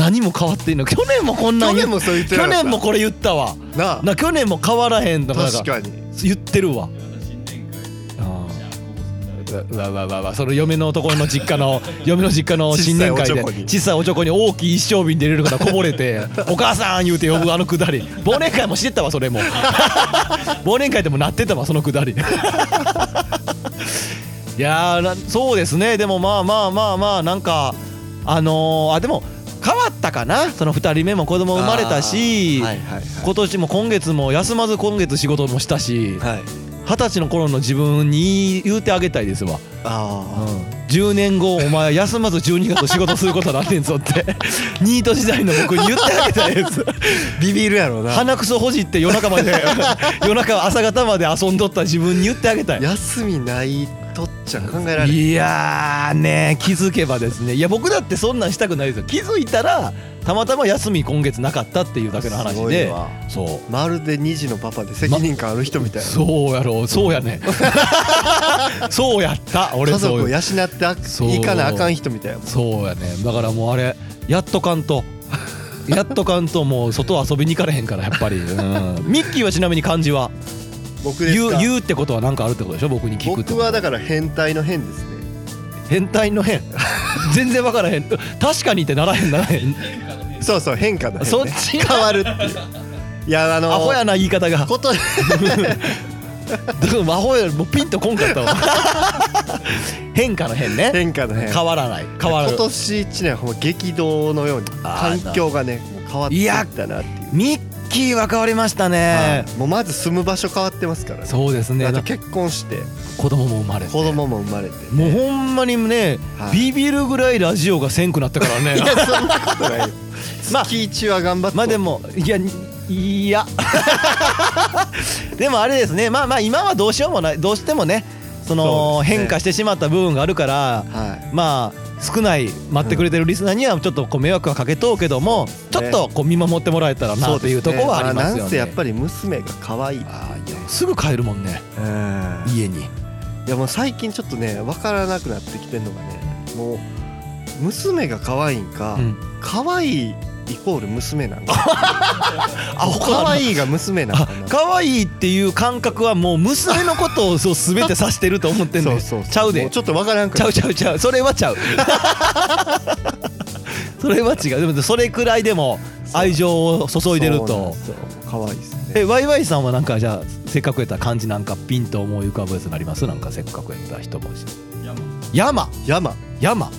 [SPEAKER 2] 何も変わってんの去年もこんな
[SPEAKER 1] 去
[SPEAKER 2] ん言
[SPEAKER 1] 年
[SPEAKER 2] う
[SPEAKER 1] もそう言ってな
[SPEAKER 2] 去
[SPEAKER 1] かった
[SPEAKER 2] 年もこれ言ったわ
[SPEAKER 1] なあ
[SPEAKER 2] な去年も変わらへんとかなん
[SPEAKER 1] 確
[SPEAKER 2] か
[SPEAKER 1] かに
[SPEAKER 2] 言ってるわ
[SPEAKER 3] また新年会で、
[SPEAKER 2] あー
[SPEAKER 3] じゃあ、ここすん
[SPEAKER 2] うわ
[SPEAKER 3] だ
[SPEAKER 2] うわうわうわその嫁のところの実家 の嫁の実家の新年会で
[SPEAKER 1] 小さいおちょこに
[SPEAKER 2] 小さいおちょこに大きい一升瓶で入れるからこぼれ て「お母さん!」言うて呼ぶあのくだり忘年会もしてたわそれも 忘年会でもなってたわそのくだり いやーなそうですねでもまあまあまあまあなんかあのーあでも変わったかなその2人目も子供生まれたし、
[SPEAKER 1] あーはいはいは
[SPEAKER 2] 今年も今月も休まず今月仕事もしたし
[SPEAKER 1] いはい
[SPEAKER 2] 二十歳の頃の自分に言うてあげたいですわ
[SPEAKER 1] ああ
[SPEAKER 2] 10年後お前休まず12月仕事することになってんぞって ニート時代の僕に言ってあげたい です
[SPEAKER 1] ビビるやろな
[SPEAKER 2] 鼻くそほじって夜中まで 夜中朝方まで遊んどった自分に言ってあげたい
[SPEAKER 1] 休みないとっちゃ考えられない
[SPEAKER 2] いやーね気づけばですねいや僕だってそんなんしたくないですよ気づいたらたまたま休み今月なかったっていうだけの
[SPEAKER 1] す
[SPEAKER 2] 話
[SPEAKER 1] ごい
[SPEAKER 2] で
[SPEAKER 1] わ
[SPEAKER 2] そう
[SPEAKER 1] まるで2児のパパで責任感ある人みたいな
[SPEAKER 2] そうやろうそうや ねそうやった俺
[SPEAKER 1] 家
[SPEAKER 2] そ
[SPEAKER 1] 族
[SPEAKER 2] う
[SPEAKER 1] を養ってあ
[SPEAKER 2] そう
[SPEAKER 1] いかなあかん人みたいな
[SPEAKER 2] そうやねだからもうあれやっとかん とやっとかんともう外遊びに行かれへんからやっぱり、うん、ミッキーはちなみに漢字は
[SPEAKER 1] 僕です
[SPEAKER 2] 言う
[SPEAKER 1] か
[SPEAKER 2] 言うってことは何かあるってことでしょ僕に聞くと
[SPEAKER 1] 僕はだから変態の変ですね
[SPEAKER 2] 変態の 変全然分からへん確かにってならへんならへん
[SPEAKER 1] そうそう変化の変、ね、
[SPEAKER 2] そっち
[SPEAKER 1] 変わるっていういやあの
[SPEAKER 2] アホやな言い方が
[SPEAKER 1] こと
[SPEAKER 2] でもアホやもうピンとこんか ったわ変化の変ね
[SPEAKER 1] 変化の変
[SPEAKER 2] 変わらない変わる
[SPEAKER 1] 今年一年はもう激動のように
[SPEAKER 2] あー
[SPEAKER 1] 環境がねもう変わっていったなっていう
[SPEAKER 2] ミッキーは変わりましたね
[SPEAKER 1] はいもうまず住む場所変わってますからね
[SPEAKER 2] そうですね
[SPEAKER 1] あと結婚して
[SPEAKER 2] 子供も生まれて
[SPEAKER 1] 子供も 生まれて
[SPEAKER 2] もうほんまにね、
[SPEAKER 1] はい
[SPEAKER 2] ビビるぐらいラジオがせんくなったからね
[SPEAKER 1] いやそんなことないよ
[SPEAKER 2] まあ
[SPEAKER 1] 月一は頑張って
[SPEAKER 2] まあでもいやい やでもあれですねまあまあ今はどうしようもないどうしてもねそ
[SPEAKER 1] そ
[SPEAKER 2] の
[SPEAKER 1] うですね
[SPEAKER 2] 変化してしまった部分があるから
[SPEAKER 1] は
[SPEAKER 2] まあ少ない待ってくれてるリスナーにはちょっとこう迷惑はかけとうけどもちょっとこう見守ってもらえたら
[SPEAKER 1] そ
[SPEAKER 2] な
[SPEAKER 1] う
[SPEAKER 2] と
[SPEAKER 1] です
[SPEAKER 2] い
[SPEAKER 1] ね
[SPEAKER 2] うところはあります
[SPEAKER 1] な
[SPEAKER 2] よ
[SPEAKER 1] んせやっ
[SPEAKER 2] ね。
[SPEAKER 1] ぱり娘が可愛い
[SPEAKER 2] あーいやすぐ帰るもんね
[SPEAKER 1] うん
[SPEAKER 2] 家に。
[SPEAKER 1] いやもう最近ちょっとね分からなくなってきてんのがねもう娘が可愛いんか、
[SPEAKER 2] うん
[SPEAKER 1] 可愛いイコール娘なん か
[SPEAKER 2] あ他の
[SPEAKER 1] 可愛いが娘なん
[SPEAKER 2] あ
[SPEAKER 1] かな
[SPEAKER 2] 可愛いっていう感覚はもう娘のことをそう全て指してると思ってん
[SPEAKER 1] そ
[SPEAKER 2] の
[SPEAKER 1] う
[SPEAKER 2] よ
[SPEAKER 1] そうそう
[SPEAKER 2] ちゃう
[SPEAKER 1] も
[SPEAKER 2] で
[SPEAKER 1] ちょっと分からん
[SPEAKER 2] ち
[SPEAKER 1] か
[SPEAKER 2] ゃ
[SPEAKER 1] ら
[SPEAKER 2] うちゃうちゃうそれはちゃう それは違うでもそれくらいでも愛情を注いでる
[SPEAKER 1] そうなん
[SPEAKER 2] と
[SPEAKER 1] ですよ可愛いですね
[SPEAKER 2] えワイワイさんはなんかじゃあせっかくやったら漢字なんかピンと思い浮かぶやつなりますなんかせっかくやったら一文字
[SPEAKER 3] 山
[SPEAKER 2] 山
[SPEAKER 1] 山
[SPEAKER 2] 山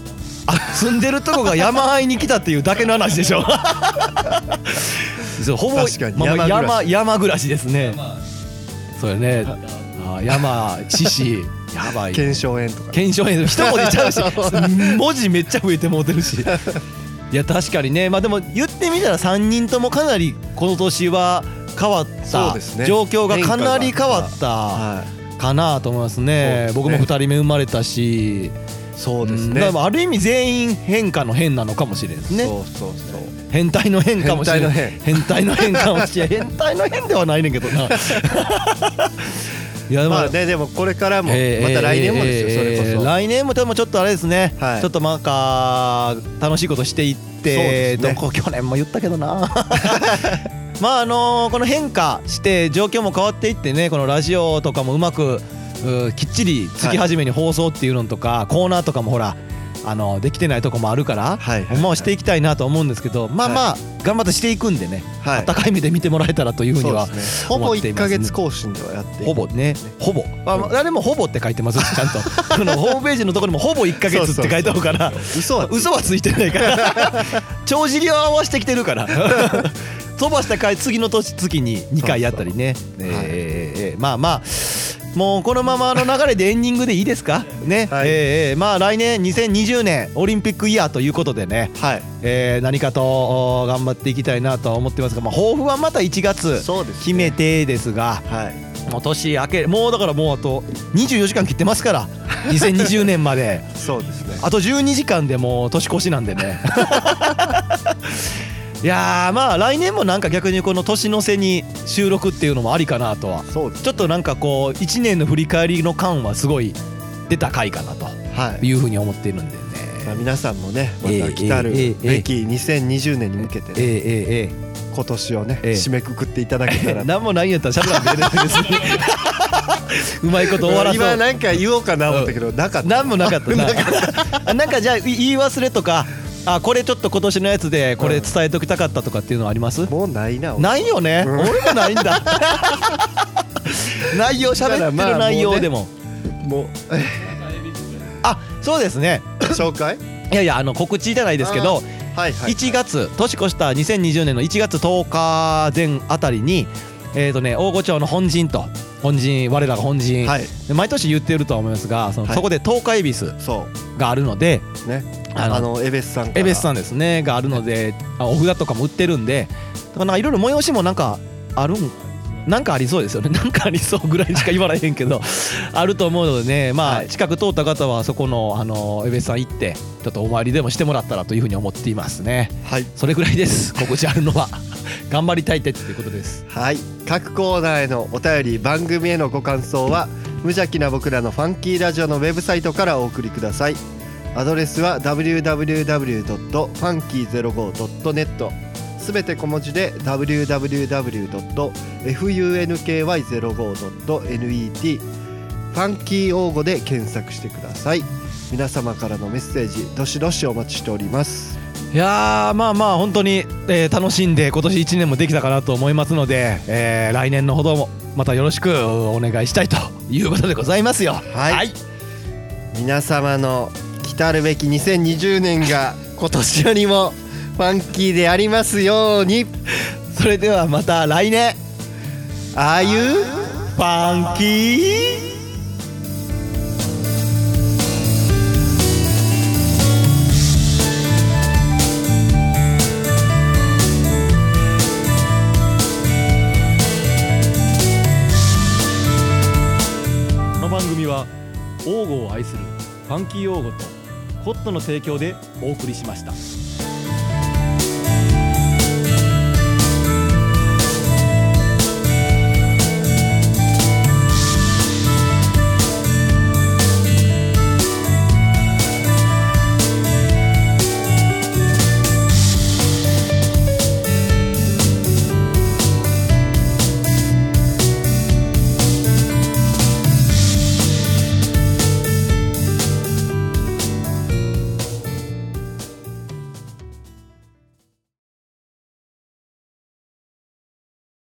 [SPEAKER 2] あ住んでるとこが山あいに来たっていうだけの話でしょ そうほぼ
[SPEAKER 1] 確かに
[SPEAKER 2] まあまあ
[SPEAKER 1] 山暮ら
[SPEAKER 2] 山山暮らしですね
[SPEAKER 3] まあ
[SPEAKER 2] そうやねあ山獅 子やばい
[SPEAKER 1] 検証炎とかね
[SPEAKER 2] 検証員一文字ちゃ うし文字めっちゃ増えてもうてるし いや確かにねまあでも言ってみたら3人ともかなりこの年は変わっ
[SPEAKER 1] そう
[SPEAKER 2] た、
[SPEAKER 1] ですね
[SPEAKER 2] 状況がかなり変わった
[SPEAKER 1] はい
[SPEAKER 2] かなと思いますね
[SPEAKER 1] そうですね
[SPEAKER 2] 僕も2人目生まれたし
[SPEAKER 1] そうです
[SPEAKER 2] んだ
[SPEAKER 1] ね
[SPEAKER 2] からある意味全員変化の変なのかもしれんですね
[SPEAKER 1] そうそうそう
[SPEAKER 2] 変態の変かもしれん
[SPEAKER 1] 変
[SPEAKER 2] 変態の変かもしれん変態の変ではないねんけど ないやでも
[SPEAKER 1] まあねでもこれからもま
[SPEAKER 2] えー
[SPEAKER 1] た来年もですよ
[SPEAKER 2] えー
[SPEAKER 1] それこ
[SPEAKER 2] えー
[SPEAKER 1] そ
[SPEAKER 2] 来年もでもちょっとあれですね、
[SPEAKER 1] はい
[SPEAKER 2] ちょっとなんか楽しいことしていっ
[SPEAKER 1] そうで
[SPEAKER 2] て、
[SPEAKER 1] すね
[SPEAKER 2] どこ去年も言ったけど なまああのーこの変化して状況も変わっていってねこのラジオとかもうまくうーきっちり月始めに放送っていうのとか、コーナーとかもほらあのできてないとこもあるから、
[SPEAKER 1] はいはい
[SPEAKER 2] もうしていきたいなと思うんですけどまあまあ、頑張ってしていくんでね、
[SPEAKER 1] はい
[SPEAKER 2] 温かい目で見てもらえたらというふうには
[SPEAKER 1] そうですねほ
[SPEAKER 2] 思
[SPEAKER 1] ぼ
[SPEAKER 2] ってい
[SPEAKER 1] 1
[SPEAKER 2] ます
[SPEAKER 1] ヶ
[SPEAKER 2] ね
[SPEAKER 1] 月更新ではやっていく
[SPEAKER 2] ほぼね、ほぼ、あまあ、でもほぼって書いてます し、ちゃんと、あのホームページのところにもほぼ1ヶ月って書いてあるから。
[SPEAKER 1] 嘘は
[SPEAKER 2] 嘘はついてない から、帳尻を合わしてきてるから。飛ばした回、次の年、月に2回やったりね、えーえーえーまあまあ。もうこのままの流れでエンディングでいいですかね、
[SPEAKER 1] はい
[SPEAKER 2] えーえーまあ来年2020年オリンピックイヤーということでね、
[SPEAKER 1] はい
[SPEAKER 2] えー何かとお頑張っていきたいなと思ってますが、まあ、抱負はまた1月
[SPEAKER 1] そうですね
[SPEAKER 2] 決めてですが、
[SPEAKER 1] はい
[SPEAKER 2] もう年明けもうだからもうあと24時間切ってます から2020年まで
[SPEAKER 1] そうですね
[SPEAKER 2] あと12時間でもう年越しなんで ねいやーまあ来年もなんか逆にこの年の瀬に収録っていうのもありかなとは
[SPEAKER 1] そうです
[SPEAKER 2] ちょっとなんかこう1年の振り返りの感はすごい出た回かなと
[SPEAKER 1] はい
[SPEAKER 2] いうふうに思っているんでね
[SPEAKER 1] まあ、皆さんもねま
[SPEAKER 2] ええ
[SPEAKER 1] た来たる
[SPEAKER 2] ええええ
[SPEAKER 1] べき2020年に向けて
[SPEAKER 2] ええ
[SPEAKER 1] ね
[SPEAKER 2] ええ
[SPEAKER 1] 今年をね
[SPEAKER 2] ええ
[SPEAKER 1] 締めくくっていただけた
[SPEAKER 2] え
[SPEAKER 1] ら
[SPEAKER 2] え
[SPEAKER 1] な
[SPEAKER 2] 何もないんやったらしゃべらんでええねん別に うまいこと終わらそう
[SPEAKER 1] 今なんか言おうかな思ったけどなかった
[SPEAKER 2] なんもなかったなあ なんかじゃあい言い忘れとかあこれちょっと今年のやつでこれ伝えときたかったとかっていうのはあります、
[SPEAKER 1] もうないな
[SPEAKER 2] ないよね、
[SPEAKER 1] うん
[SPEAKER 2] 俺もないん だ内容喋ってる内容でも,、
[SPEAKER 1] もうえ
[SPEAKER 2] あそうですね
[SPEAKER 1] 紹介
[SPEAKER 2] いやいやあの告知じゃないですけど、
[SPEAKER 1] はいはい
[SPEAKER 2] 1月年越した2020年の1月10日前あたりにえーとね大御町の本陣と本陣我らが本陣、
[SPEAKER 1] はい
[SPEAKER 2] で毎年言ってると思いますがその、
[SPEAKER 1] はい
[SPEAKER 2] そこで東海恵比寿
[SPEAKER 1] そ
[SPEAKER 2] があるので
[SPEAKER 1] うね
[SPEAKER 2] あ
[SPEAKER 1] あ
[SPEAKER 2] の
[SPEAKER 1] のエベスさんから
[SPEAKER 2] エベスさんですねがあるのであお札とかも売ってるんでだからなんかいろいろ催しもなんかあるんなんかありそうですよね なんかありそうぐらいしか言われへんけ どあると思うのでねま
[SPEAKER 1] は
[SPEAKER 2] あ
[SPEAKER 1] い
[SPEAKER 2] 近く通った方はそこのあのエベスさん行ってちょっとお参りでもしてもらったらというふうに思っていますね
[SPEAKER 1] はい
[SPEAKER 2] それぐらいです心地あるのは 頑張りたいってっていうことです
[SPEAKER 1] はい各コーナーへのお便り番組へのご感想は無邪気な僕らのファンキーラジオのウェブサイトからお送りくださいアドレスは www.funky05.net すべて小文字で www.funky05.net ファンキー応募で検索してください皆様からのメッセージどしどしお待ちしております
[SPEAKER 2] いやーまあまあ本当に、えー楽しんで今年1年もできたかなと思いますので、えー来年のほどもまたよろしくお願いしたいということでございますよ。
[SPEAKER 1] はい皆様の来たるべき2020年が今年よりもファンキーでありますように
[SPEAKER 2] それではまた来年
[SPEAKER 1] ああいう
[SPEAKER 2] ファンキー
[SPEAKER 5] 「
[SPEAKER 2] 王語を愛するファンキー王語とコットの提供でお送りしました。